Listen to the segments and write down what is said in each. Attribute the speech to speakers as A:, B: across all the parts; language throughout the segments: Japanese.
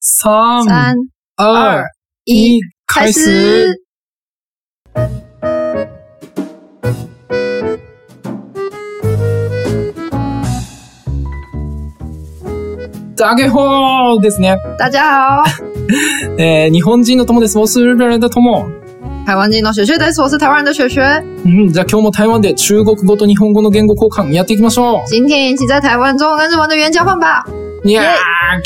A: 三
B: 三
A: 二一，开始。。打开方ですね。
B: 大 家好，
A: えー、日本人の友です。我是日本人的友。
B: 台湾人の雪雪です，我是台湾人的雪雪。
A: うん、じゃあ今日も台湾で中国語と日本語の言語交換やっていきましょ
B: 今天一起在台湾中文跟日文的语言交换吧。
A: う。いやー、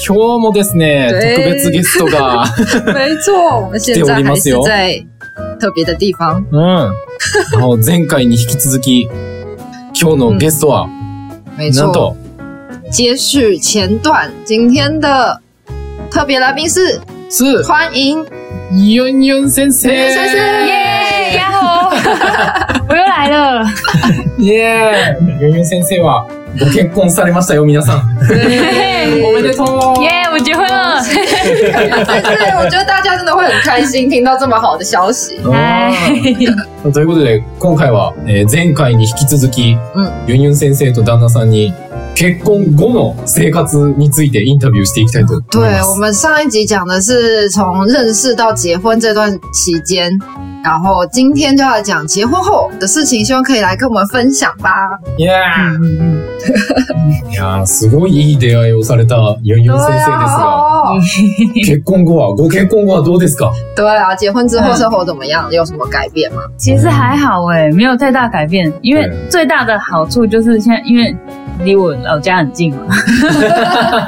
A: 今日もですね、
B: えー
A: 特別ゲストが、
B: 没错，我们现在还是在特别的地方。
A: うん。あの、前回に引き続き、今日のゲストは、
B: 没
A: なん
B: 错，
A: と、
B: 接续前段，今天的特别来宾是
A: す、
B: 欢迎
A: ユンユン先生
B: 雪雪先生。
C: 耶，然后 我又来了，
A: イエーイユンユン先生は、ご結婚されましたよ、皆さん。
B: 对
A: おめでとう
C: 耶、我结婚了，
B: 对，我觉得大家真的会很开心听到这么好的消息。
C: 哦
A: うんということで、今回は、えー前回に引き続き、
B: うん
A: ユンユン先生と旦那さんに、結婚後の生活についてインタビューしていきたいと思います。
B: 对我们上一集讲的是从认识到结婚这段期间，然后今天就要讲结婚后的事情，希望可以来跟我们分享吧。
A: いやー、
C: 嗯
A: いやーすごいいい出会いをされたユンユン
B: 啊
A: 先生ですが、
B: 哦，
A: 結婚後は、ご結婚後はどうですか
B: 对啊，结婚之后生活怎么样？有什么改变吗？
C: 其实还好哎、没有太大改变，因为
A: 对
C: 最大的好处就是现在因为离我老家很近嘛，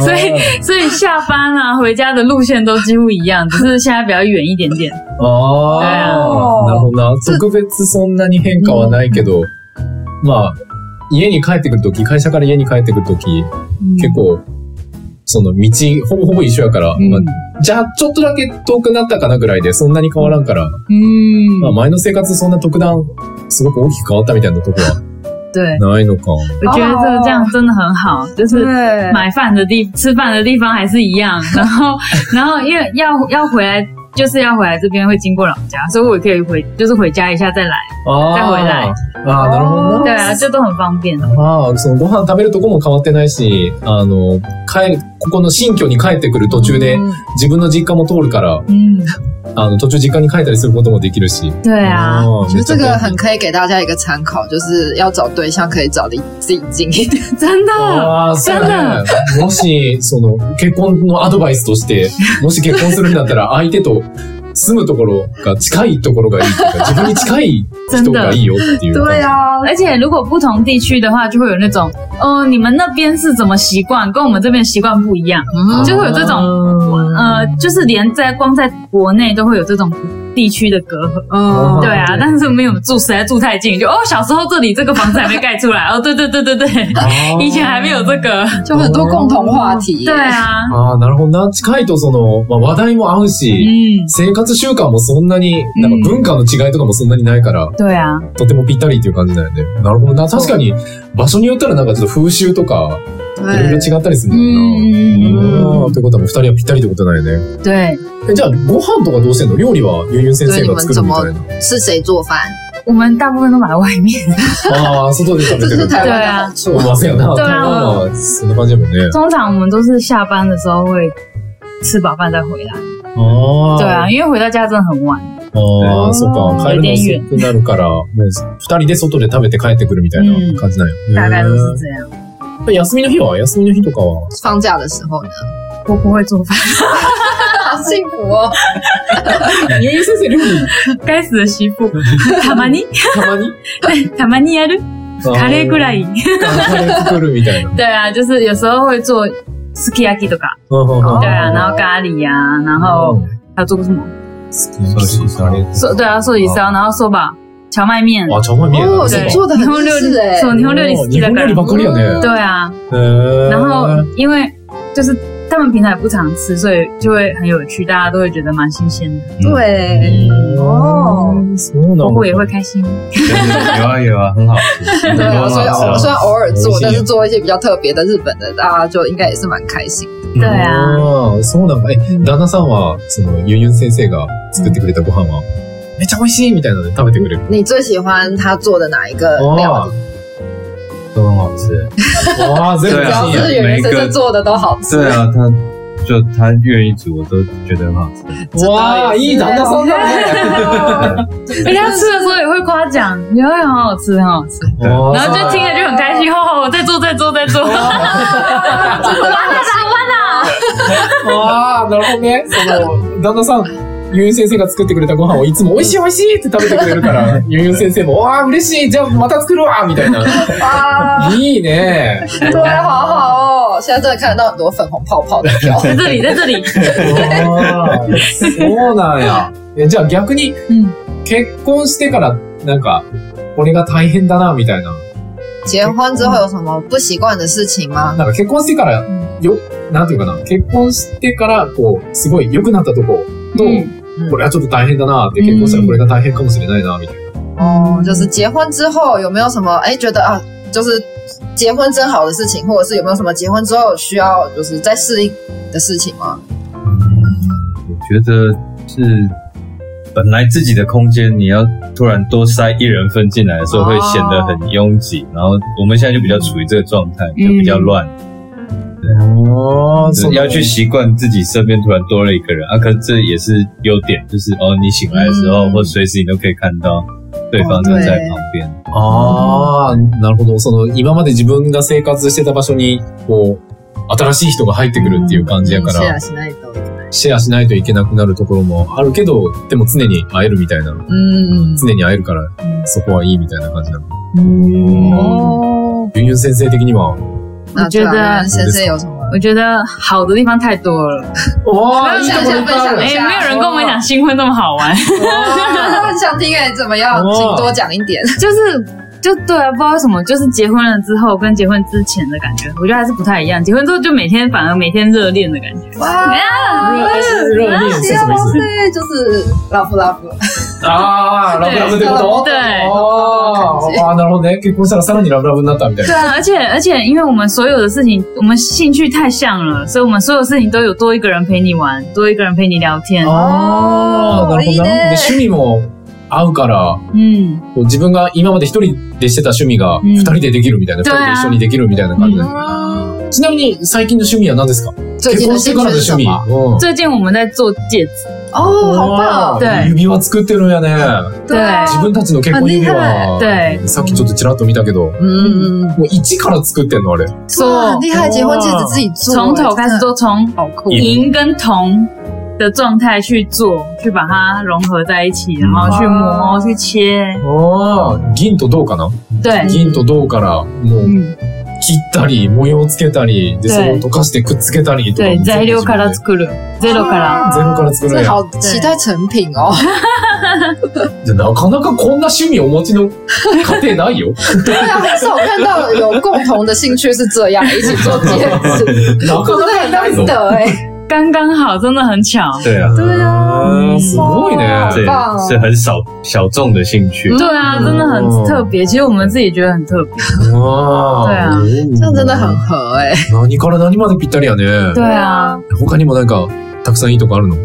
C: 所以所以下班啊回家的路线都几乎一样，只是现在比较远一点点。
A: ああ、なるほどな。特別そんなに変化はないけど、まあ、家に帰ってくるとき、会社から家に帰ってくるとき、結構、その道、ほぼほぼ一緒やから、
C: 嗯
A: まあ、じゃあちょっとだけ遠くなったかなぐらいで、そんなに変わらんから、
C: 嗯
A: まあ前の生活そんな特段、すごく大きく変わったみたいなとこは
C: 对，
A: ないのか。
C: 我觉得这这样真的很好，就是
B: 嗯对
C: 买饭的地、吃饭的地方还是一样，然后，然后因为要要回来，就是要回来这边会经过老家，所以我可以回，就是回家一下再来。
A: あ
C: 再回来
A: あ、ああ、なるほど
C: 对
A: な。
C: 啊，这都很方便。
A: ああ、そのご飯食べるとこも変わってないし、あの、帰、ここの新居に帰ってくる途中で、
B: 嗯
A: 自分の実家も通るから、
C: 嗯，
A: あの、途中実家に帰ったりすることもできるし。
C: 对啊，
A: うん
B: 我觉得这个很可以给大家一个参考，就是要找对象可以找离自己近 一点。
C: 真的，
A: ああ、そうだね。もし、その、結婚のアドバイスとして、もし結婚するんだ ったら、相手と住むところが近いところがいいっていうか、自分に近い人がいいよっていう。
B: 啊，
C: 而且如果不同地区的话，就会有那种，哦，你们那边是怎么习惯，跟我们这边习惯不一样。
B: 嗯，
C: 就会有这种
A: 嗯
C: 呃，就是连在光在国内都会有这种地区的隔阂。
B: 嗯
C: 对啊，但是没有住，实在住太近，就哦，小时候这里这个房子还没盖出来，哦，对对对对对，
A: 哦
C: 以前还没有这个，
B: 就很多共同话题。
C: 对啊，
A: ああ、なるほどな。近いと、その、まあ、話題も合うし、
C: 嗯，
A: 生活習慣もそんなに、なんか文化の違いとかもそんなにないから、
C: 对啊，
A: とてもぴったりっていう感じだよね。なるほどな。確かに、場所によったらなんかちょっと風習とか、いろいろ
B: 对，
A: 違ったりするん
C: 嗯
A: だよな。うん
C: 嗯嗯
A: ということはもう二人はぴったりってことだよね。
C: 嗯，对，
A: え、じゃあ、ご飯とかどうしてんの料理はユンユン先生が作るみたいな。
B: 是谁做饭？
C: 我们大部分都买外面，
A: ああ、外で食べ
B: 这
A: て
B: 是
A: る。
B: 台湾的好
A: う
B: 处。
A: まそうやな。
C: そう
A: 台
C: やな
A: 湾はそんな感じだもんね。
C: 通常我们都是下班的时候会吃饱饭再回来，
A: ああ。
C: 对啊，因为回到家真的很晚，
A: ああ、そっか。帰るの遅くなるから、もう二人で外で食べて帰ってくるみたいな感じなんよ。
C: 大概都是这样，
A: へえ休みの日は休みの日とかは
B: 放假的时候呢，
C: 我不会做饭，
B: 好幸福哦。
A: ユンユン先生料理
C: 该死的媳妇，塔玛尼，
A: たまに
C: 塔玛尼亚鲁，卡列ぐらい，
A: カレー作るみたいな。
C: 哦对啊，就是有时候会做 sukiyaki とか，对啊，然后咖喱呀，然后还有做过什么？寿对啊，寿喜烧，然后寿吧，荞麦面，
A: あ、ちゃんま見え
B: 哦，
A: な
B: 你
C: 对
B: 做的
C: 日
B: 很
C: 本料
B: 日式
C: 理，
B: 哎
C: 什，么日本料理好き
A: 日
C: だ
A: 本
C: か
A: 料理ば
C: ら。
A: っかりやね。
B: うん
C: 对啊，
A: へえ
C: 然后因为就是他们平常也不常吃，所以就会很有趣，大家都会觉得蛮新鲜
D: 嗯
C: 的，
B: 对，哦
A: うんそうな
C: 婆
A: の
C: 婆也会开 心。
D: 有啊有啊，很好吃。
B: 对啊，所以偶虽然偶尔
A: 我
B: 做，
A: 信
B: 但是做一些比较特别的日本的，大家就应该也是蛮开心。
C: 对啊
A: うんそうなの。え、旦那さんは、その、ゆんゆん先生が作ってくれたご飯は、めっちゃ美味しいみたいなので食べてくれる。
B: 你最喜欢他做的哪一个
D: 哦
B: 料理？
D: 都很好吃。
A: わあ、全部美
B: 只
D: 对
B: 要
D: 啊
A: 味しい
B: 是
A: やん。
B: 有人先生做的都好吃。
D: 对啊，他就他愿意煮，我都觉得很好吃。
B: 啊
A: 哇，いい旦那さんだ
C: 哎，他吃的时候也会夸奖，你会很好吃，很 好吃，
D: 对
A: 哇
C: 然后就听着就很开心，哦，我在做，在做，在做， 完了，完了，
A: ああ、なるほどね。その、旦那さん、ゆうゆう先生が作ってくれたご飯をいつも美味しい美味しいって食べてくれるから、ゆうゆう先生も、わあ、嬉しいじゃあまた作るわみたいな。
B: 啊，
A: いいね。
B: 对，好好哦，现在真的看得到很多粉红泡泡的票。
C: 在这里， 在这里，
A: あーそうなんや。えじゃあ逆に、
C: 嗯，
A: 結婚してから、なんか、俺が大変だな、みたいな。
B: 结婚之后有什么不习惯的事情吗？
A: なんか結婚してから、よ、なんていうかな、結婚してから、こう、すごい良くなったとこと、
C: 嗯
A: これはちょっと大変だなって、結婚したらこれが大変かもしれないな、みたいな。
B: 哦，就是结婚之后有没有什么哎觉得啊，就是结婚真好的事情，或者是有没有什么结婚之后需要就是再适应的事情吗？
D: 我觉得是本来自己的空间，你要突然多塞一人份进来的时候，会显得很拥挤。然后我们现在就比较处于这个状态，
B: 嗯
D: 就比较乱，
A: 哦
D: 就是要去习惯自己身边突然多了一个人啊。可是这也是优点，就是哦，你醒来的时候、
B: 嗯
D: 或随时你都可以看到对
B: 哦
D: 方就在
B: 对
D: 旁边。
A: ああ、なるほど。その、今まで自分が生活してた場所に、こう、新しい人が入ってくるっていう感じやか
B: 是
A: ら、
B: 啊，现在都
A: シェアしないといけなくなるところもあるけど、でも常に会えるみたいな、
B: 嗯
A: 常に会えるから、そこはいいみたいな感じなの。
C: 哦，
A: ユンユン先生的には、
B: 那对
C: 我觉得
B: 啊先生有什么？
C: 我觉得好的地方太多了，
A: わあ、いいと
B: 想
A: ころいっぱいある
B: 分
C: 哎，
B: 享
C: 没有人跟我们讲新婚这么好玩，
B: 很想听哎，怎么样？
A: 哦
B: 请多讲一点。
C: 就是。就对啊，不知道为什么，就是结婚了之后跟结婚之前的感觉，我觉得还是不太一样。结婚之后就每天反而每天热恋的感觉。
B: 哇，
A: 热恋是什么意思？
B: 对，就是老夫老夫。
A: ああ、ラブラブってこと
C: 对
A: あーあー、なるほどね。結婚したらさらにラブラブになったみたい
C: 对
A: な。
C: 啊，而且而且，因为我们所有的事情，我们兴趣太像了，所以我们所有事情都有多一个人陪你玩，多一个人陪你聊天。
A: ああ、なるほどな。で、趣味も合うから、
C: 嗯，
A: こう自分が今まで一人でしてた趣味が
C: ん
A: 二人でできるみたいな、二、
C: 对
A: 人で
C: 啊
A: 一緒にできるみたいな感じ、
C: 嗯
A: ちなみに最近の趣味は何ですか
B: 最近的
A: 結
B: 兴
A: 婚してから
B: 趣是什
A: の趣
B: 么？
A: 味。うん
C: 最近我们在做戒指，
B: 哦，好棒！
C: 对
A: 指輪作ってるんやね。
C: 对
A: 自分たちの結婚指輪。
C: 对
A: さっきちょっとちらっと見たけど、も
B: 嗯，
A: う一から作ってんのあれ。
B: 哇
C: 做
B: 很厉害，结婚戒指自己做，
C: 从头开始做，从
B: 好酷
C: 银跟铜的状态去做，去把它融合在一起，然后去磨、去切。
A: ああ、銀と銅かな
C: 对，
A: 銀と銅からもう
C: 嗯，
A: 切ったり、模様つけたり、で、
C: 对
A: それを溶かしてくっつけたりとかも全部
C: 对，
A: 自
C: 材
A: 分で。
C: 料から作る，材料
B: 哦
C: から。
A: ゼロから作るん
B: 这
A: や
B: 好期待成品哦。
A: でなかなかこんな趣味お持ちの家庭ないよ。
B: 对啊，很少看到有共同的兴趣是这样，一起做戒指，
A: なかなか
B: 很
A: いないぞ
B: 难。得哎。
C: 刚刚好，真的很巧。
D: 对啊，
B: 对啊
A: 嗯すごい
B: 哇
A: ね。
D: 这也
B: 棒哦
D: 是很少小众的兴趣。
B: 嗯
C: 对啊，真的很特别。其实我们自己觉得很特别。
A: わ
C: 对啊
A: あ。
B: 这样真的很合哎、
A: 何から何までぴったりやね。
C: 对啊，
A: 他にもなんか、たくさんいいとこあるの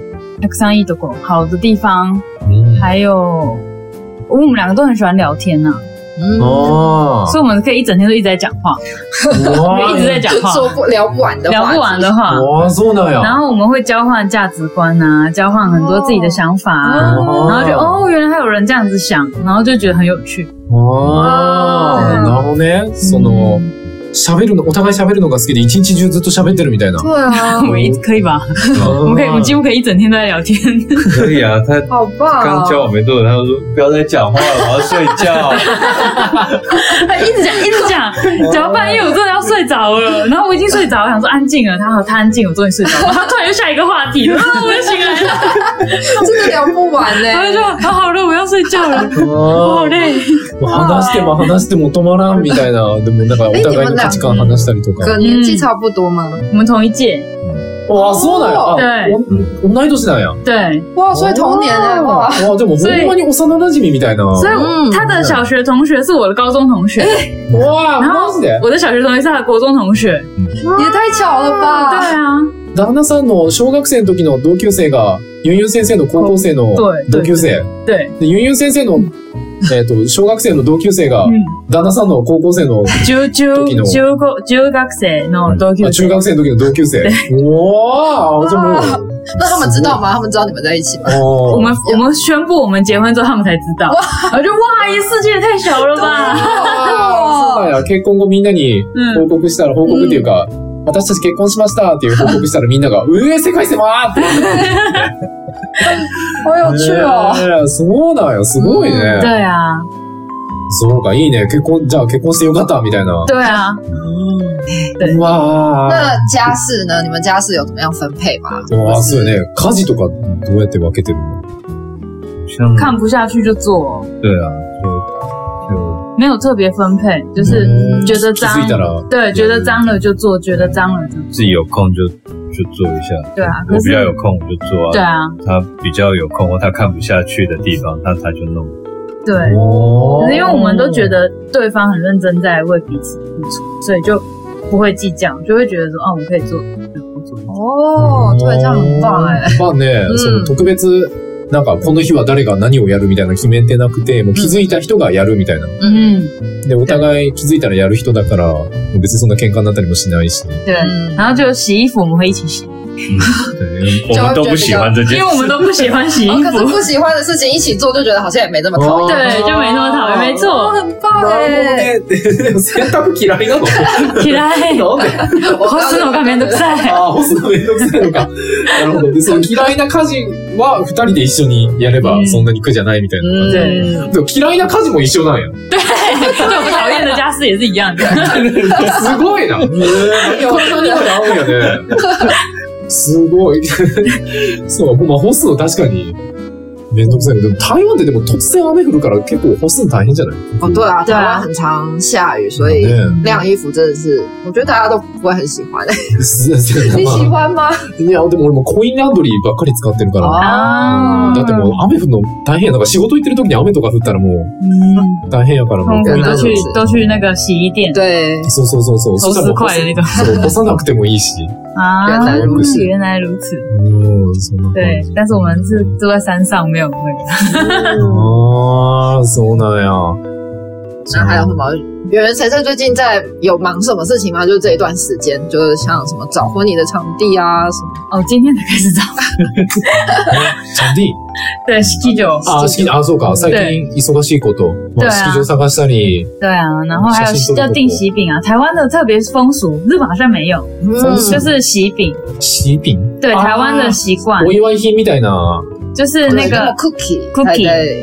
C: たくさんいいとこ、好的地方，
A: うん
C: 还有我们两个都很喜欢聊天呐、
B: 嗯，
A: あ
C: 所以我们可以一整天都一直在讲话，
A: ーうわ
C: 一直在
A: ー
C: 讲话，
B: 说不聊不完的
C: 聊
B: 话题，
C: 不完的话。
A: うわーそうなんや。
C: 然后我们会交换价值观啊，交换很多自己的想法啊，
A: 哦
C: 然后就哦，原来还有人这样子想，然后就觉得很有趣。
A: あーなるほどね。その、喋るの、お互い喋るのが好きで一日中ずっと喋ってるみた いな。
B: 对啊
C: 我，们一可以吧？我们可以，我们几乎可以一整天都在聊天。
D: 可以啊，他
B: 好棒、
D: 刚交
B: 哦！
D: 往没多久，他就说不要再讲话了，我要睡觉。
C: 一直讲，一直讲，讲到半夜，我真的要睡着了。然后我已经睡着，我想说安静了，他好，他安静，我终于睡着了。他突然又下一个话题，然后我又醒来了，
B: 真的聊不完哎、
C: 然后就好好了，我要睡觉了，我好
A: も
C: 累。
A: う話しても話しても止まらんみたいな。でもなんかお互いの価値観話したりと
B: 哥
A: か。
B: 年纪差不多吗？
C: 我们同一届，
A: わあ、そうなんや。あ
C: 对
A: お同い年なんや。
C: 对，
B: 哇，所以同年哎、哇，
A: わあ、でもほんまに幼馴染みたいな。
C: 所以
B: 嗯
C: 他的小学同学是我的高中同学，
A: わあ、
C: 然后
A: マジで
C: 我的小学同学是他的国中同学。
B: 也太巧了吧！
C: 对啊，
A: 旦那さんの小学生の時の同級生が、ユンユン先生の高校生の
C: そう
A: 同級生。
C: 对
A: で、ユンユン先生のえっ、と、小学生の同級生が、
C: 嗯
A: 旦那さんの高校生の、
C: 中中
A: 時の
C: 中高中学生の同級
A: あ中
C: 生。
A: 学生の時の同級生。哇，这么
B: 那他们知道吗？他们知道你们在一起吗？
A: 哦，
C: 我们我们宣布我们结婚之后，他们才知道。我就哇，也世界也太小了吧！
A: そうだよ。結婚後みんなに報告したら、報告っていうか、私たち結婚しましたっていう報告したらみんなが、うえ、世界狭ーって。
B: 好有趣哦！
A: ねえそうなんよ。すごいね。
C: 对啊，
A: そうか、いいね。結婚、じゃあ結婚してよかったみたいな。
C: 对啊，对
A: うわ
B: 那
A: ー。
B: 家事呢？你们家事有怎么样分配吗？
A: うわー、そうよね。家事とかどうやって分けてるの
D: 像
C: 看不下去就做，哦
D: 对啊，就就
C: 没有特别分配，就是
A: 嗯
C: 觉得
A: 気
C: 脏
A: づい，たら、
C: 对，觉得脏了就做，觉得脏了就
D: 自己有空就就做一下。
C: 对啊。
D: 我
C: 可
D: 比较有
C: 是
D: 空我就做
C: 对啊，
D: 啊，他比较有空或他看不下去的地方，他他就弄。
C: 对，
A: おー
C: 可是因为我们都觉得对方很认真在为彼此付出，所以就不会计较，就会觉得说哦，我可以做，我做。
B: 哦，对，这样很棒哎。
A: まあね、
B: うん
A: その特別、なんかこの日は誰が何をやるみたいなの決めてなくて、もう気づいた人がやるみたいな。
C: 嗯，
A: で、お互い気づいたらやる人だから、別にそんな喧嘩になったりもしないし。
C: 对。
B: 嗯，
C: 然后就洗衣服，我们会一起洗，
D: 对，我们都不喜欢这
C: 因
D: 件
C: 为我
D: 事。
C: 们都不喜欢洗衣
B: 哦，可是
C: 服。
B: 不喜欢的事情一起做，就觉得好像也没这么讨厌。
C: 对就没那么讨厌没错
B: 哦很棒哎！
A: でも 洗濯嫌いなの
C: 起来，哦
A: なんで
B: 我
C: 我
B: 告诉
C: 是哦我
B: 你
C: 干面 都在。
A: ああ、干すのめんどくさいのか。なるほど。で、その嫌いな家事は二人で一緒にやればそんなに苦じゃないみたいな。
B: 嗯
C: 对，
A: でも嫌いな家事も一緒なんや。
C: 对 我们讨厌的家事也是一样的。
A: す ごいな。いや、こんなにまで合うんやね。すごい。 そう、まあ、干すの確かに、めんどくさいけど、でも台湾ででも突然雨降るから結構干すの大変じゃない
B: 哦，对啊，台
C: 对啊
B: 湾很常下雨，所以
A: ね
B: 晾衣服真的是，我觉得大家都不会很喜欢。 你喜
A: まあ
B: 欢吗？
A: いや、でも俺もコインランドリーばっかり使ってる
C: 哦
A: から。
C: あ
A: だってもう雨降るの大変や。だから仕事行ってる時に雨とか降ったらも
C: 嗯，
A: う大変やからも
C: 我
A: うコイン
C: 们
A: ラン
C: 都
A: ドリ
C: 去
A: ー。
C: 都去那个洗衣 店
B: 对，
A: そうそうそうそう。そ
C: 投
A: したら
C: 十
A: もう干
C: 块的那个
A: すそう干さなくてもいい し。
C: 啊
B: 原来嗯
A: 如此
C: 原来如此。
A: うん、そんな
C: 对
A: 感じ，
C: 但是我们是住在山上，没有那个。
A: ああ、そうなんや。
B: 那还有什么？圆圆晨晨最近在有忙什么事情吗？就是这一段时间，就是像什么找婚礼的场地啊，什么
C: 哦，今天才开始找。
A: チャンディ
C: 对，喜酒。
A: あ、式場あ、そうか。最近忙しいこと。まあ、
C: 对啊
A: 式場探したり。
C: 对啊，然后还
A: 小心
C: 有
A: 多
C: 要
A: 多
C: 订喜饼啊，台湾的特别风俗，日本好像没有，
B: 嗯
A: 风俗
C: 就是喜饼。
A: シーピン
C: 对，
B: 哦
A: 啊
C: 台湾的习惯
A: お祝い品みたいな、
C: 就是那
B: 对
C: 个
B: 么 cookie
C: cookie
B: 还在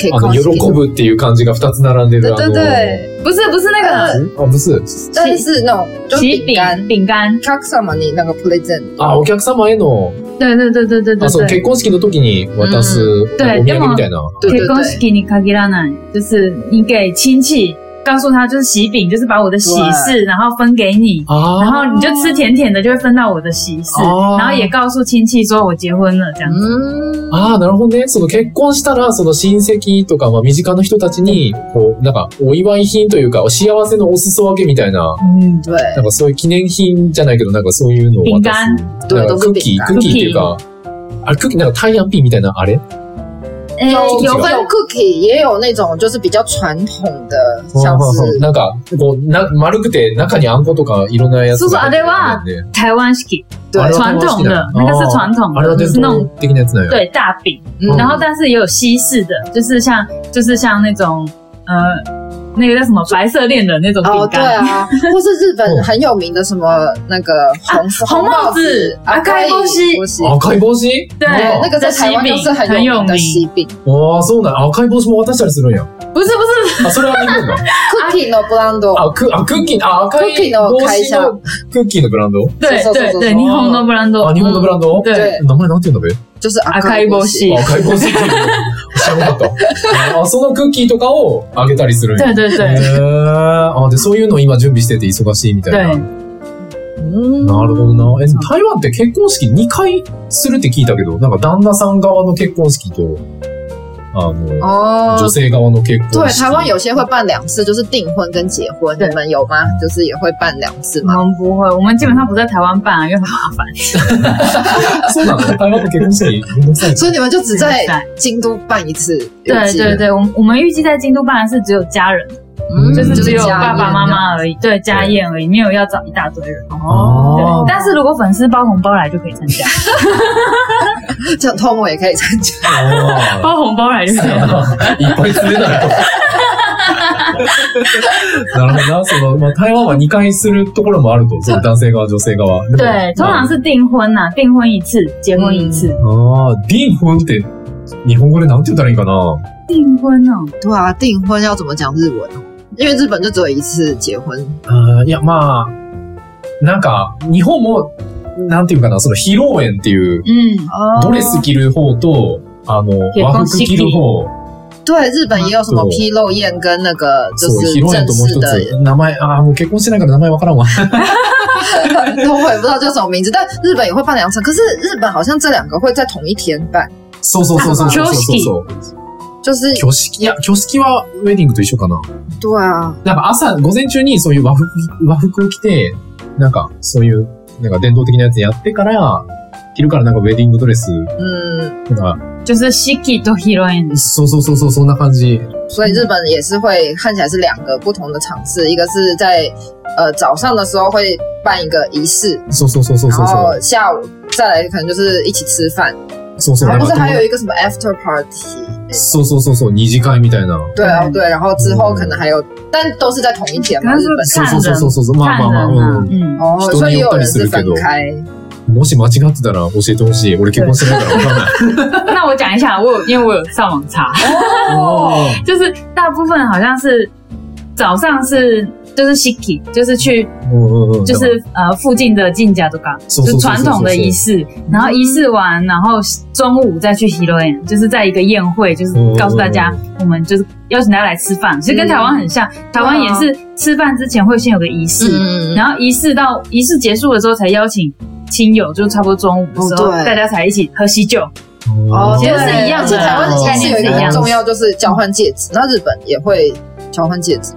B: 可以
A: あの、
B: cosplay
A: 喜ぶっていう漢字が2つ並んでる。
B: 对对对，
C: 不是不是那
A: あ
C: 个
A: の。あ、不是。
B: 但是那种嗯就是
C: 喜
B: 饼干
C: 饼饼干，
B: c o c k s a m o n 那个 present，
A: あ、お客様への、
C: 对对对对对对
A: あ、
B: 哦
A: そう、
C: 对
A: 結。婚式の時に渡すお土
C: 对で
A: 産
C: も
A: みたいな。
B: 对对
C: 可以恭
B: 对
C: 喜，给你卡吉拉奶，就是你给亲戚，告诉他就是喜饼，就是把我的喜事，然后分给你，
A: あ
B: 哦
C: 然
A: あ。
C: 后你就吃甜甜的，就会分到我的喜事，
A: 哦
C: 然后也告诉亲戚说我结婚了这样子。
B: 嗯，
A: ああ、なるほどね。その結婚したら、その親戚とか、まあ身近な人たちに、こう、なんか、お祝い品というか、幸せのお裾分けみたいな、
C: 嗯，
B: 对
A: なんかそういう記念品じゃないけど、なんかそういうのを渡す。
B: 对，
A: なんか
B: 都
A: ク
B: 是
A: ッキ
B: 饼
A: ー、
B: 干
A: ク。ッキーっていうか、あれ、クッキー、なんかタイヤンピーみたいな、あれ
C: 哎
A: 有
C: 有
B: 有
C: 分
B: cookie，也有那种就是比较传统的，像
A: そう
B: 是
A: なんか、こう、な、丸くて、中にあんことか、いろんなやつが入ってるんだよね。
C: 台湾式
B: 对
A: あれは
C: 传统的
A: 哦，
C: 那个是传统
A: あれは
C: 的，就
A: 伝
C: 是那
A: 統
C: 种
A: 的なやつなんよ。
C: 对大饼，
B: 嗯
C: 然后但是也有西式的，就是像就是像那种呃那个叫什么白色恋人那种
B: 哦对
C: 饼干。
B: 啊，或是日本很有名的什么那个红
C: 啊红帽子
B: 啊，
C: 赤い帽子
B: 不是
A: 赤い帽子
C: 对
B: 对，那个在
C: 这
B: 台湾
C: 西
B: 就
C: 饼
B: 是很
C: 很
B: 有
C: 有
B: 名的西饼
A: ああ、そうなん赤い帽子も渡したりするんや。
C: 不是不是，
A: あ、それは日本だ。
C: 啊
B: ，cookie のブランド，
A: あ、クあクッキー、あ、赤
B: クッキ
A: い
B: ーの
A: 帽
B: 会
A: 子
B: 社
A: のクッキーのブランド
C: 对
B: 走走
C: 对
B: 走
C: 对，
B: 走
C: 霓虹的 brand
A: あ、日本のブランド
C: 嗯对，
B: 对
A: 名前なんて言うんだ
B: 就是
C: 阿开波
A: べ
C: 西
A: あ、。赤い帽子っていうの。知らなかっ た。あ、そのクッキーとかをあげたりするんや。
C: 对对
A: へ
C: 对
A: ーあ、で、そういうのを今準備してて忙しいみたい
C: 对
A: な。，
B: 嗯
A: なるほどな。え、台湾って結婚式2回するって聞いたけど、なんか旦那さん側の結婚式と、あの、
B: 哦，
A: 女性側の結婚式。
B: 对，台湾有些会办两次，就是订婚跟结婚，
C: 对
B: 你们有吗？就是也会办两次
C: 我
B: 吗？
C: 们不会，我们基本上不在台湾办啊，因为很麻 烦。
A: そうなの台湾の結婚式、めんどくさ い。
B: 所以你们就只在
C: 只嗯在
B: 京都办一次，
C: 对
B: 预计
C: 对，对，我们我们预计在京都办的是只有家人，
B: 嗯
C: 就是只有
B: 家
C: 爸爸
B: 宴
C: 妈
B: 这样
C: 妈而已，对，家宴而已，没有要找一大堆人。对
A: 哦，
C: 但是如果粉丝包红包来就可以参 加，
B: 这样通我也可以参加。
C: 包红包来就可以参加。
A: いっぱい連れないと。 なるほどな。その、まあ、台湾は2回するところもあると。その男性側、女性側。でも
C: 对，通常是订婚呐、订婚一次，结婚一次。
A: ああ、ビンフンって、日本語でなんて言ったらいいかな
C: 订婚哦，
B: 对啊，订婚要怎么讲日文哦？因为日本就只有一次结婚，
A: あーいや、まあ、なんか、日本も、なんていうかな、その、披露宴っていう、
C: 嗯，
B: 哦
A: ドレス着る方と、あの、
C: 結
A: 和
C: 婚
A: 服
C: 式
A: 着る方、
B: 对，日本也有什么
A: 对
B: 披露宴跟那个就
A: そう、披
B: 是
A: 露宴
B: 正
A: ともう
B: 式
A: 一
B: 的
A: つ、名前、ああ、もう結婚してないから名前わからんわ。
B: 都会不知道叫什么名字，但日本也会办两场。可是日本好像这两个会在同一天办，
A: そうそうそうそうそうそうそう。
B: 就是
A: 挙式、いや、挙式はウェディングと一緒かな。
B: 对啊，
A: なんか朝、午前中にそういう和服、和服を着て、なんか、そういう、なんか伝統的なやつやってから、昼からなんかウェディングドレス、
B: 嗯，
A: なんか、
C: 就是 Shiki と Heroine。
A: そうそうそうそう、そんな感じ。
B: 所以日本也是会看起来是两个不同的场次，一个是在呃早上的时候会办一个仪式，
A: そうそうそうそう
B: 然
A: そうそ
B: 后下午再来可能就是一起吃饭，
A: う。そうそう。
B: 然
A: なんか
B: 后不是还有一个什么 after party。
A: そうそうそうそう、二次会みたいな。
B: 对啊，对，然后之后可能还有，但都是在同一天嘛，
C: 可
B: 日
C: 是
B: 本
A: そうそうそうそうそう、まあ
C: 看
A: まあま
C: 人
A: あ、
C: 啊
A: う，ん
C: 嗯，
B: 哦，
A: 人
B: 所以
A: に
B: 也
A: よった
B: 有人
A: りす
B: 是
A: るけ
B: 分
A: ど
B: 开，
A: もし間違ってたら教えてほしい。俺結婚してないからわかんない。
C: 那我讲一下，我有因为我有上网查，
A: あ
C: 就是大部分好像是早上是就是 Shiki，就是去
A: ーうんうん
B: 哦
A: うん
C: 就是呃附近的进家とか，
A: そうそうそ
C: 就
A: うそう
C: 传统的仪式，然后仪式完，然后中午再去 Heroine，就是在一个宴会，就是告诉大家我们就是邀请大家来吃饭，其实跟台湾很像，台湾也是吃饭之前会先有个仪式，
B: 嗯，
C: 然后仪式到仪式结束的时候才邀请亲友，就差不多中午的时候，
B: 哦对
C: 大家才一起喝喜酒。
B: 哦，
C: 其
B: 对
C: 实是一样的啊
B: 而且台湾的仪式有一个很重要，就是交换戒指，那日本也会交换戒指，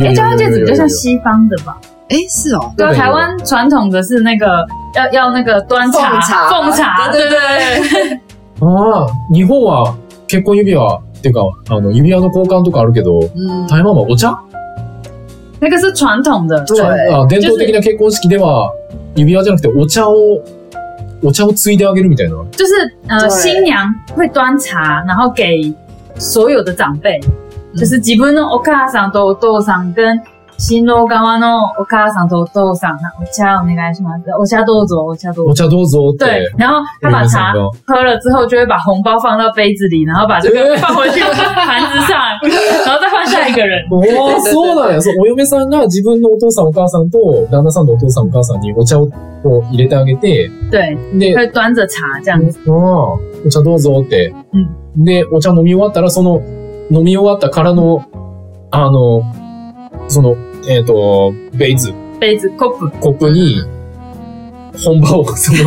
C: 哎、交换戒指比较像
A: 西
C: 西方的吧？
B: 哎，是哦，
C: 对啊，
A: 对
C: 台湾传统的是那个要要那个端茶
B: 奉茶
C: 奉茶，
B: 对
C: 对对对，
A: ああ、日本は結婚指輪っていうか、あの、指輪の交換とかあるけど、
B: 嗯，
A: 台湾はお茶
C: 那个是传统的。
B: 对，
A: あ伝統的な結婚式では、指輪じゃなくてお茶を、お茶をついであげるみたいな。
C: 就是呃，
B: 对
C: 新娘会端茶，然后给所有的长辈，
B: 嗯
C: 就是自分のお母さんとお父さん跟新郎側のお母さんとお父さん，那お茶お願いします，お茶どうぞ，お茶ど
A: お
C: うぞ。
A: 茶どうぞって。
C: 对，然后他把
A: お嫁さ
C: 茶
A: んが
C: 喝了之后，就会把红包放到杯子里，然后把这个
A: 对
C: 放回去盘子 上，然后再换下一个人。
A: おーそうなんや。そう、お嫁さんが自分のお父さんお母さんと、旦那さんのお父さんお母さんにお茶をこう入れてあげて、
C: 对，
A: で、
C: 会端着茶这样子。
A: ああ、お茶どうぞって。で、お茶飲み終わったら、その、飲み終わったからの、あの、その、えっ、と、ベイズ、
C: 杯子 cup，
A: コップに、本場を、 その、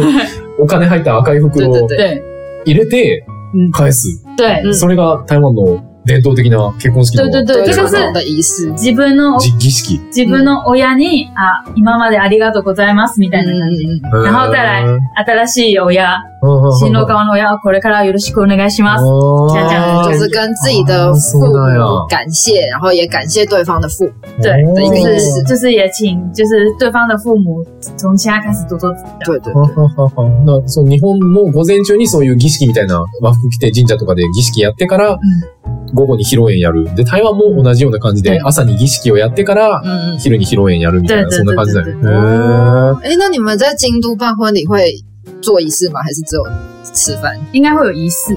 A: お金入った赤い袋を
B: 对
C: 对
A: 入れて
C: うん、
A: 返す。
C: 对
B: 嗯
A: それが台湾の伝統的な結婚式
C: 对对
A: の
C: 对，这
B: 就
C: 个
B: 是
C: 是
B: 我们的仪式，
C: 自分の
A: じ儀式。
C: 自分の親に、あ、今までありがとうございますみた
B: 嗯
C: いな感じ。
B: 嗯嗯，
A: 然
C: 然后再来新しい親、新
A: 新
C: 郎側の親はこれからよろしくお願いします。这样这样
B: 就
C: 子
B: 是跟自己的父母感谢，然后也感谢对方的父母，
C: 对，
B: 的一
C: 就
B: 个意
C: 是
B: 思
C: 就是也请就是对方的父母从现在开始多多指教。
B: 对对
A: ははははなそう日本も午前中にそういう儀式みたいな和服着て神社とかで儀式やってから、午後に披露宴やる。で、台湾も同じような感じで、朝に儀式をやってから、
B: 嗯嗯。
A: 昼に披露宴やるみたいな、
C: 对
A: そ
C: 对
A: んな感じだ
C: 对
A: よ
C: 对
A: ね。へー
B: 哎，那你们在京都办婚礼会做仪式吗？还是只有吃饭？
C: 应该会有仪式，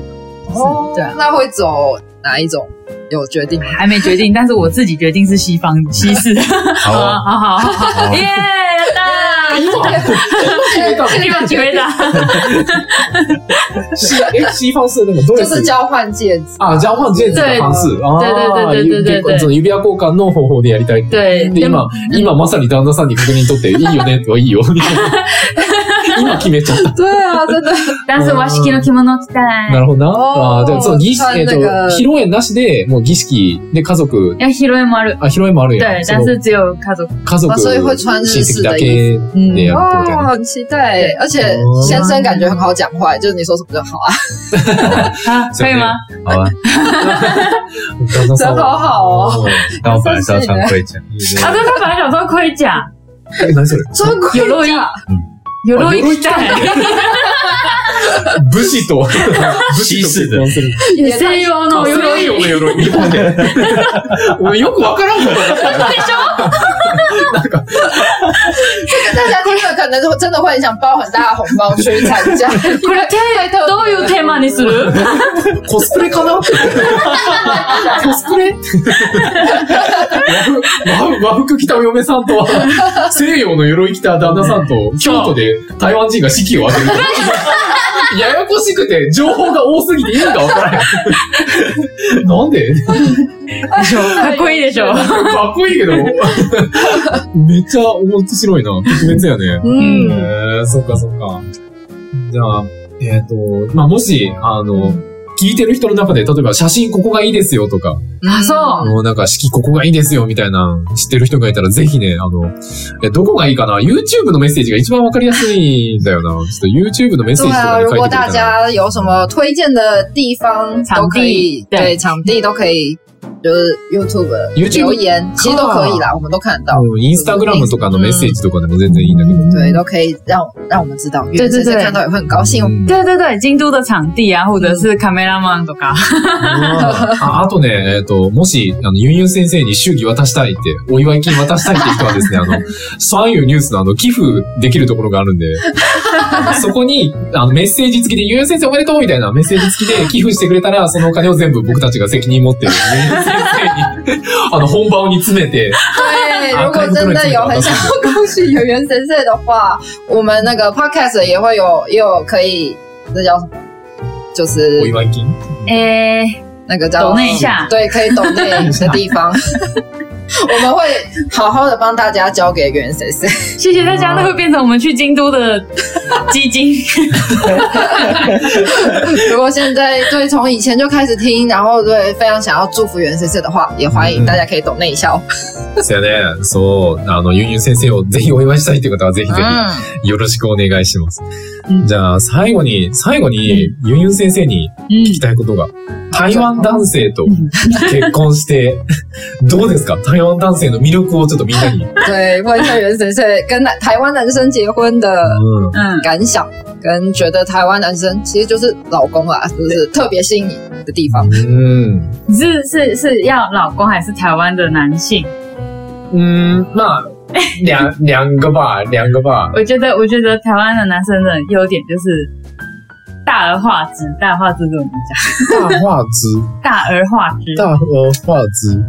C: 哦，对啊，
B: 那会走哪一种？有决定吗？
C: 还没决定，但是我自己决定是西方西式。
A: 好
C: 好
A: 啊。
C: 好好好，耶，やったー！今決めた。
A: 西え西方式那个ドレ
B: 就
A: ス
B: 是交换戒指。
A: あ、ジャパンジェンズの関数。ああ、
C: 对对对对对对
A: その指輪交換の方法でやりたいって。
C: 对，
A: で、今、今まさに旦那さんに確認取って、いいよねとかいいよ。今決めちゃった。
B: 对啊，真的。
C: 但是我式の着物を着たい
A: な。るほどな。
B: おー
A: あーじゃあ、そう、儀式、
B: そう
A: えっと、
B: なんか
A: 披露宴なしで、もう儀式で家族、
C: 要披露宴もある。
A: あ、披露宴もあるや
C: 对
A: ん。，そ
C: 但
A: の
C: 是只有家族。
A: 家族、
B: あそういう
A: 親
B: 穿日
A: 戚
B: 式
A: だ
B: 的
A: け
B: 嗯
A: でやるってことや
B: 哦，很期待。而且
A: 哦
B: 先生感觉很好讲话，就是你说什么就好啊。
C: 啊， 可以吗？
D: 好吧，
A: ね。旦那さんは
B: 真好哦
A: お
B: 好
A: ー
D: 但我本来是要穿盔甲，
C: 啊，对，他本来想说盔甲，
A: え、何それ
B: 真
C: 有
B: 亏
C: 露一
B: 呀！，
C: 哦 有露一带，
A: 武士 と、武士と結婚 する。
B: 也太
C: 西洋の哦有露一。
A: 西洋の 鎧日本で。俺よくわからんもん。
B: 大家听了可能就真的会很想包很大的红包去参 加。
C: これテーマどういうテーマにする？
A: コスプレかなコスプレ和服和服着たお嫁さんと、西洋の鎧着た旦那さんと、京都で台湾人が式を挙げる。ややこしくて、情報が多すぎて意味がわからない。なん で
C: かっこいいでしょ。
A: かっこいいけど。めっちゃ面白いな。特別やね。
B: 嗯，
A: えー、そっかそっか。じゃあ、えっ、と、まあ、もし、あの、聞いてる人の中で、例えば写真ここがいいですよとか、
B: 啊
C: あ、そう。
A: もうなんか式ここがいいですよみたいな、知ってる人がいたらぜひね、あの、え、どこがいいかな ?YouTube のメッセージが一番わかりやすいんだよな。ちょっと YouTube のメッセー
B: 对
A: ジと
B: 啊，
A: かに
B: 如
A: 書いてく
B: 果大
A: れたら。
B: 家有什么推荐的地方，都
C: 场地
B: 可以，
C: 对
B: 对场地都可以，就是 YouTube
A: YouTube 嗯
B: 留言，其实都可以啦，我们都看得到，
A: うん、インスタグラムとかのメッセージとかでも全然いいんだけど。
B: 对，都可以让让我们知道，因为
C: 对对
B: 这次
C: 对
B: 看到也会很高兴。
A: うん
C: 对对对，京都的场地啊，或者是カメラマンと か。
A: ああとね、えっ、と、もし、あの、ユンユン先生に祝儀渡したいって、お祝い金渡したいって人はですね、 あの、三遊ニュースのあの、寄付できるところがあるんで、そこに、あの、メッセージ付きで、ユンユン先生おめでとうみたいなメッセージ付きで寄付してくれたら、そのお金を全部僕たちが責任持って、ユンユン先生に、あの、本番に詰めて、
B: 对，
A: 啊
B: 如果真的有很想要恭喜有缘神社的话，我们那个 podcast 也会有也有可以，那叫什么？就
A: お
B: 是
A: 祝い金
C: えー、
B: 那个叫
C: 抖内一下
B: 对，可以抖内的地方， 我们会好好的帮大家交给缘神社。
C: 谢谢大家，那会变成我们去京都的 基金。
B: 如果现在对从以前就开始听，然后对非常想要祝福缘神社的话，也欢迎大家可以抖内一下哦。
A: そうやね。そう、あの、ユンユン先生をぜひお祝いしたいという方は、ぜひぜひ、
B: 嗯，
A: よろしくお願いします。
C: うん
A: じゃあ、最後に、最後に、ユンユン先生に
C: 嗯
A: 聞きたいことが、台湾男性と
C: ん
A: 結婚して、どうですか台湾男性の魅力をちょっとみんなに。
B: 对，问一下缘神社跟台台湾男生结婚的。
A: うん。
C: 嗯，
B: 感想，跟觉得台湾男生其实就是老公啦，就是特别吸引你的地方。
A: うん。
C: 你是是是要老公还是台湾的男性？
A: うん、ま あ、两、两个吧、两个吧。
C: 我觉得我觉得台湾的男生的优点就是大而化之，大而化之怎么讲？
A: 大画质、
C: 大而化之，
A: 大画质。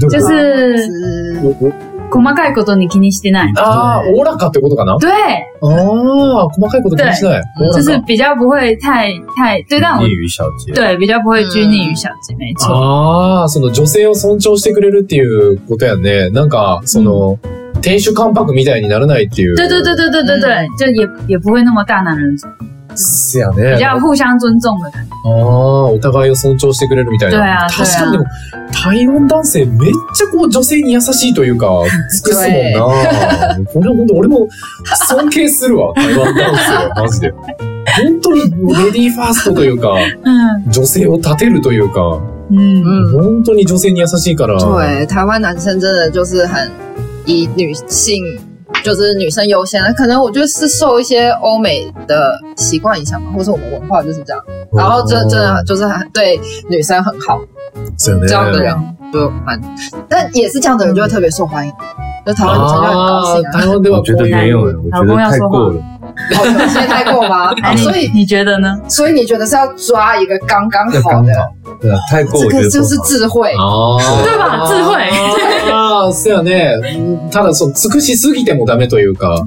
A: どれ
C: 就
A: だ
C: 是
B: 是
A: おお
C: 細かいことに気にしてない。
A: ああ、おおらかってことかな
C: 对，
A: ああ、細かいこと気にしない。おお
C: 就
A: ら
C: 是
A: か。
C: 比较不会太太对，但我
D: 一语小节。
C: 对比较不会拘泥于小节，没错。
A: ああ、その女性を尊重してくれるっていうことやね。なんか、その、亭主関白みたいにならないっていう。
C: 对对对对对对对，就也也不会那么大男人主义，
A: すやね。
C: 比较互相尊重的感觉。
A: ああ、お互いを尊重してくれるみたいな。
C: 对啊
A: 確かにでも、台湾男性めっちゃこう女性に優しいというか、尽くすもんな。これ本当俺も尊敬す るわ、台湾男性。マジで。本当にレディーファーストというか、
C: 嗯
A: 女性を立てるというか、
C: 嗯。
B: 嗯，
A: 本当に女性に優しいから。
B: 对，台湾男生真的就是很以女性。就是女生优先，可能我觉得是受一些欧美的习惯影响吧，或者我们文化就是这样。
A: うん。
B: 然后真真的就是很对女生很好，
A: そう
B: 这样
A: よ
B: 的
A: ね
B: 人。就蛮，但也是这样的人就会特别受欢迎，就台湾女生就很高
A: あ
B: 兴
A: ー
B: 啊。
A: 台湾では
D: 我
A: こ
D: 觉
A: う
D: 得没
A: いう。
D: 有，我觉得太过了。
B: 哦，有些待过吗？
C: 哎
B: 所以
C: 你你觉得呢？
B: 所以你觉得是要抓一个刚刚
A: 要
B: 好
A: 刚
B: 的
A: 好
D: 对啊，太过
B: 这
D: 我觉得
B: 个
D: 不
B: 就是
D: 好
B: 智慧。
A: ああ。
C: 对吧智慧
A: ああ、そうやね。うんただ、そう、尽くしすぎてもダメというか、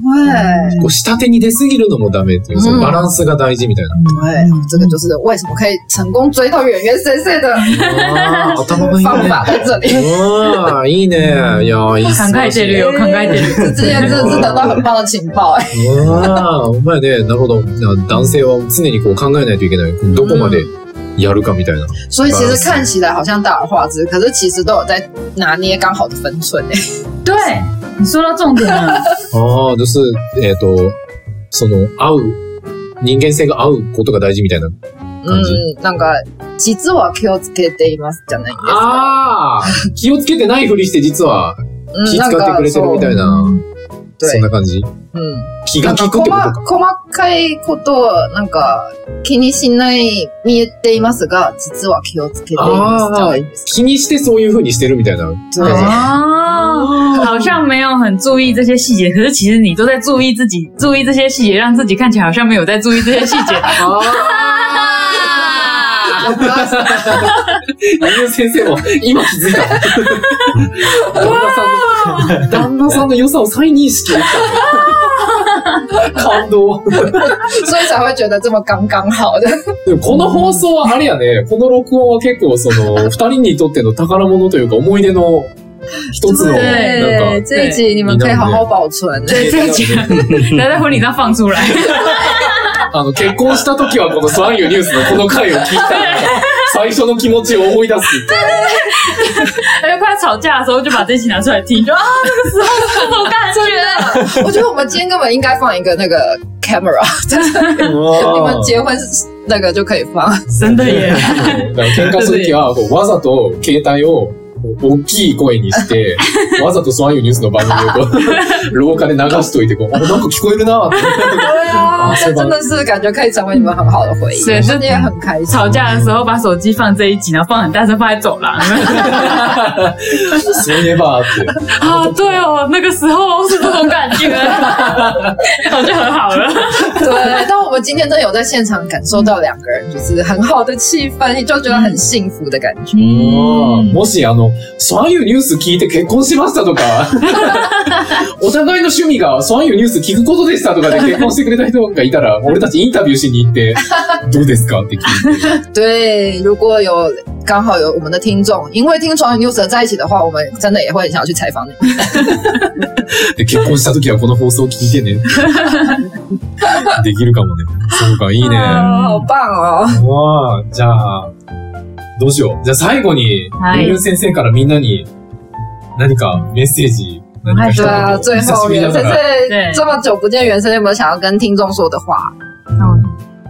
B: 对
A: こう、下手に出すぎるのもダメっていう、そのバランスが大事みたい
B: 对，这个就是为什么可以成功追到远远深深的
A: な。ああ、頭がいい
B: 方
A: ね。
B: 法在这 里。
A: うん、いいね。いやー、いいっす
C: 考えてるよ考えて
B: 这
C: る。
B: 之前真的是得到很棒的情报哎、
A: ああ、お前ね、なるほど。な男性は常にこう考えないといけない。どこまでやるかみたいな。
B: 所以其实看起来好像大而化之，可是其实都有在拿捏刚好的分寸哎、
C: 对，你说到重点了。
A: ああ、就是、えっ、と、その、合う、人間性が合うことが大事みたいな。感じ
B: 嗯，那个実は気をつけていますじゃないですか。
D: 啊
A: ああ、気をつけてないふりして実は
B: 嗯
A: 気使ってくれてるみたいな。
B: そう
A: そんな感じ。
B: 嗯。
A: 気
B: な
A: が
B: んか
A: 利くって
B: 細
A: ことか。
B: 細かいことは、なんか、気にしない、見えていますが、実は気をつけています。じゃないです
A: 気にしてそういう風にしてるみたいな。
B: か。
A: 对
B: 对
C: 哦，好像没有很注意这些细节，可是其实你都在注意自己，注意这些细节，让自己看起来好像没有在注意这些细节。
B: 我不要说
A: 何の先生も今気づいた。旦那さんの、旦那さんの良さを再認識できた。感動。
B: 所以才会觉得这么刚刚好的。
A: でもこの放送はあれやね、この録音は結構その、二人にとっての宝物というか思い出の一つの、なん
B: 对，
A: か、
B: 这一集你们可以好好保存。
C: 对，这一集， 他在婚礼上放出来，
A: あの、結婚した時はこのスワンユーニュースのこの回を聞いたら、最初の気持ちを思い出すっていう。
C: 他就快要吵架的时候就把这期拿出来听，就啊，那个时候是那种感觉。
B: 我觉得我们今天根本应该放一个那个 camera，你们结婚是那个就可以放。
C: 真的耶，
A: だから喧嘩するときは、こうわざと携帯をこう大きい声にして、わざとそういうニュースの番組をこう廊下で流しといて、こう、あなんか聞こえるなって。
B: 对啊
A: 啊，
B: 这
A: 是吧
B: 真的是感觉可以成为你们很好的回忆，
C: 是
B: 我们也很开心。
C: 吵架的时候把手机放这一集，然后放很大声放在走廊。
A: そういえばって。
C: 啊，对哦，那个时候是这种感觉， 好像很好了。
B: 对，但我们今天真的有在现场感受到两个人就是很好的气氛，就觉得很幸福的感觉。
C: 嗯，
A: もし、あの、そういうニュース聞いて結婚しましたとか、お互いの趣味がそういうニュース聞くことでしたとかで結婚してくれた人がいたら、俺たちインタビューしに行って、どうですかって聞いて。
B: 对，如果有刚好有我们的听众，因为听床与 news 在一起的话，我们真的也会很想要去采访你们。
A: で結婚した時はこの放送聞いてね。できるかもね。そうか、いいね。
B: 啊好棒哦！
A: わあ、じゃあ、どうしよう。じゃあ最後に、
C: はい
A: ゆうゆう先生からみんなに何かメッセージ、何か一
B: 对
A: 言
B: 啊，最
A: 久し
B: 后
A: ぶり
B: 袁
A: だか
B: 先生
A: ら。
C: 对
B: 这么久不见，袁先生有没有想要跟听众说的话？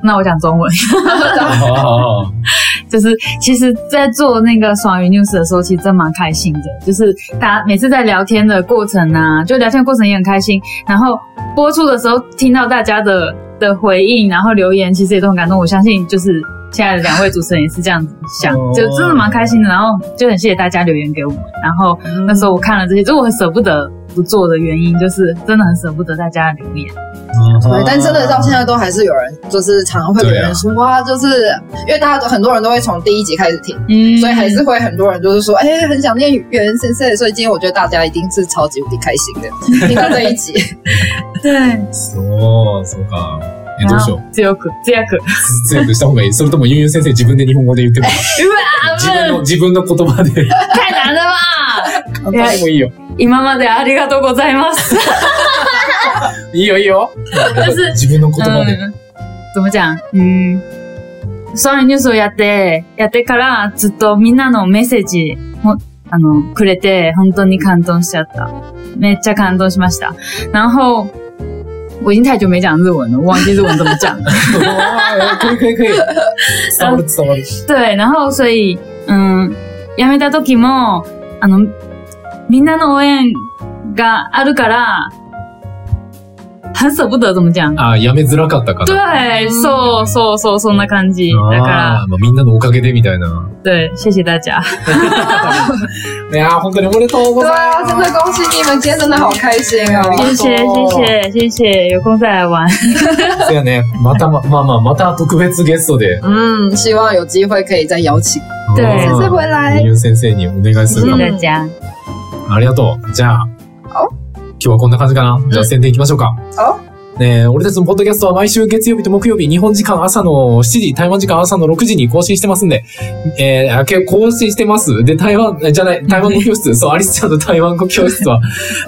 C: 那我讲中文。
A: ああ、
C: 就是其实，在做那个爽鱼 news 的时候，其实真蛮开心的。就是大家每次在聊天的过程啊，就聊天的过程也很开心。然后播出的时候，听到大家的的回应，然后留言，其实也都很感动。我相信就是现在的两位主持人也是这样子想
A: 哦，
C: 就真的蛮开心的。然后就很谢谢大家留言给我们。然后那时候我看了这些，就是我很舍不得不做的原因，就是真的很舍不得大家的留言。
B: 对，但真的到现在都还是有人，就是常常会有人说哇，就是因为大家都很多人都会从第一集开始听，
C: 嗯
B: 所以还是会很多人就是说，哎、很想念袁先生。所以今天我觉得大家一定是超级无敌开心的，听到这一 集。
C: 对，
A: そう、そうか。え、ど
C: 然
A: うしよ
C: 后
A: う。
C: 只有可只有可
A: 全部した方がいいそれともゆうゆう先生自分で日本語で 言ってもらう。自分の、自分の言葉で。
C: 太难了吧。
A: 何でもいいよ。
C: 今までありがとうございます。
A: いいよ、いいよ。
C: 是
A: 自分の 言葉で。
C: うん怎么讲？嗯，ソニーニュースをやって、やってからずっとみんなのメッセージも、あの、くれて、本当に感動しちゃった。めっちゃ感動しました。然后、我已经太久没讲日文了，我忘记日文怎么讲。
A: ああ可以可以可以。伝わる伝わる。
C: 对，然后所以，嗯，やめた時も、あの、みんなの応援があるから、很捨不得怎么讲？
A: あ、やめづらかったか
C: 对
A: な。、
C: そうそうそうそんな感じ。だから
A: あーまあ、みんなのおかげでみたいな。
C: 对，谢谢大家。
A: いやー、本当におめでとうご
B: 对
A: ざい
B: 啊，真的恭喜你们，今天真的好开心哦！
C: 谢谢谢谢谢谢，有空再来玩。
A: ます。そうやね。またま、ま あまあ、また特別ゲストで。
B: 嗯，希望有机会可以再邀请。
C: 对
A: うん
B: 下次回来
A: みゆ先生にお願いす
C: 谢
A: るか
C: 谢
A: も。
C: 大家。
A: ありがとう。じゃあ、今日はこんな感じかな。じゃあ宣伝行きましょうか。ねえ、俺たちのポッドキャストは毎週月曜日と木曜日、日本時間朝の7時、台湾時間朝の6時に更新してますんで、えー、あけ更新してます。で、台湾、えじゃない、台湾語教室、そう、アリスちゃんの台湾語教室 は、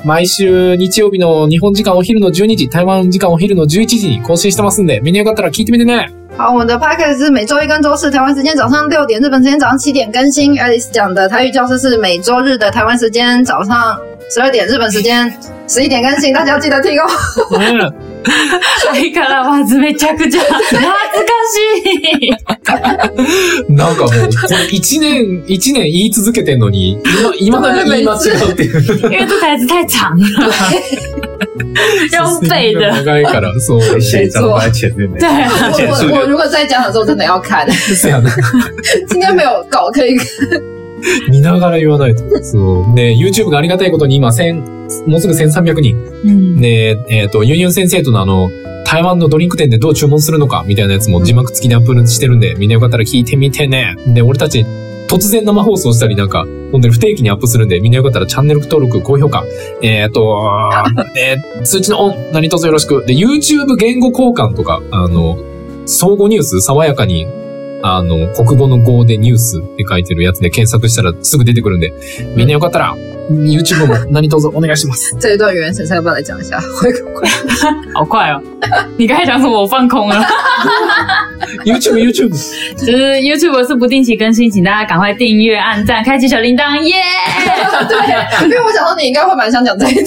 A: 毎週日曜日の日本時間お昼の12時、台湾時間お昼の11時に更新してますんで、みんなよかったら聞いてみてね。
B: 好，我们的 p a c k a g e 是每周一跟周四台湾时间早上六点，日本时间早上七点更新。Alice 讲的台语教室是每周日的台湾时间早上十二点，日本时间十一点更新，大家要记得 听哦。
C: 相変わらずめちゃくちゃ恥ずかしい。
A: なんかもう、これ一年、一年言い続けてんのに、今、今だに言い間違うっていう。
C: 因为这台词太长了，用背的。
A: 長いから、そう。
D: 写一张放在前面的。
C: 对啊，
D: 减速
B: 我我如果再讲的时候，真的要看。
A: そうやな。
B: 今天没有稿可以看。
A: 見ながら言わないと。そう。ね YouTube がありがたいことに今、1000、もうすぐ1300人。
C: 嗯，
A: ねえっ、と、ユンユン先生とのあの、台湾のドリンク店でどう注文するのかみたいなやつも字幕付きでアップしてるんで、みんなよかったら聞いてみてね。で、俺たち、突然生放送したりなんか、本当に不定期にアップするんで、みんなよかったらチャンネル登録、高評価、えっ、と、 えー通知のオン、何卒よろしく。で、YouTube 言語交換とか、あの、相互ニュース、爽やかに、あの、国語の語でニュースって書いてるやつで検索したらすぐ出てくるんで、みんなよかったら、YouTube も何卒お願いし ます。
B: 这一段原神，要不要来讲一下？回归
C: 好快哦！你刚才讲什么？我放空了。
A: YouTube、YouTube。
C: 就是 YouTube 是不定期更新，请大家赶快订阅、按赞、开启小铃铛，耶！
B: 对，因为我想说你应该会蛮想讲这一段。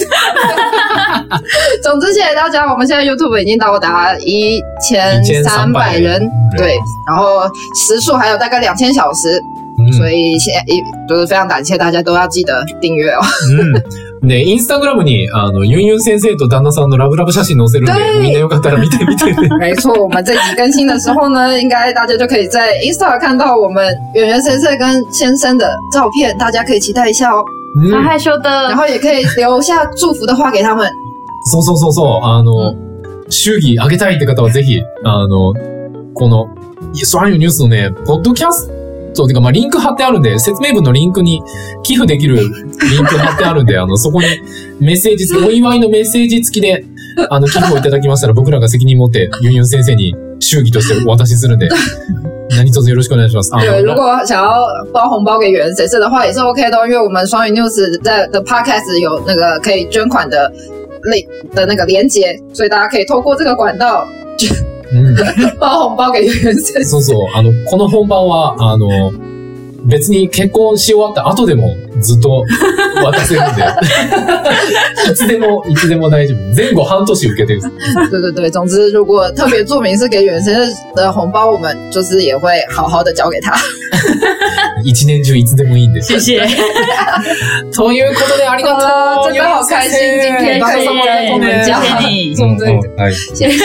B: 总之，谢谢大家，我们现在 YouTube 已经到达一千三百人，对，然后时数还有大概两千小时，
A: うん
B: 所以现在一就是非常感谢大家都要记得订阅 哦。
A: うん。で、インスタグラムに、あの、ユンユン先生と旦那さんのラブラブ写真載せるん
B: はい
A: で、みんなよかったら見て みてね。
B: 没错，我们这集更新的时候呢，应该大家就可以在 Insta 看到我们圆圆先生跟先生的照片，大家可以期待一下哦。
A: うん
C: 好害羞的
B: 然，后也可以留下祝福的话给他们。
A: そうそうそうそう、あの、祝儀あげたいって方はぜひ、あの、この、ソランユニュースのね、ポッドキャスト、てか、まあ、リンク貼ってあるんで、説明文のリンクに寄付できるリンク貼ってあるんで、あの、そこにメッセージ付き、お祝いのメッセージ付きで、あの、寄付をいただきましたら、僕らが責任持って、ユンユン先生に祝儀としてお渡しするんで、何卒よろしくお願いします。あ
B: 对，
A: の
B: 如果想要包红包给圆谁谁的话，也是 OK 的哦，因为我们双语 news 在的 podcast 有那个可以捐款的类的那个连接，所以大家可以透过这个管道
A: うん
B: 包红包给圆谁。
A: そうそう。あの、この本番は、あの、別に結婚し終わった後でもずっと渡せるんで。いつでも、いつでも大丈夫。前後半年受けてる。
B: 对对对，总之如果特别注明是给圆谁的红包，我们就是也会好好的交给他。
A: 一年中いつでもいいんです。
C: 谢谢。
A: ということで、ありが
B: 好
A: とう。
B: 真的好开心今天
A: バ
B: 可
A: イ
B: 以
A: バイ
B: 我们
C: 谢
B: 家
C: 谢你。
D: 嗯嗯，哎，
B: 谢 谢，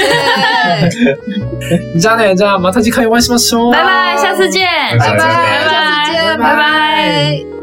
A: じゃあね、じゃあまた次回お会いしましょう。
C: 拜拜，下次见。
D: 拜
B: 拜拜，下
D: 拜
B: 次见，拜
C: 拜拜
B: 拜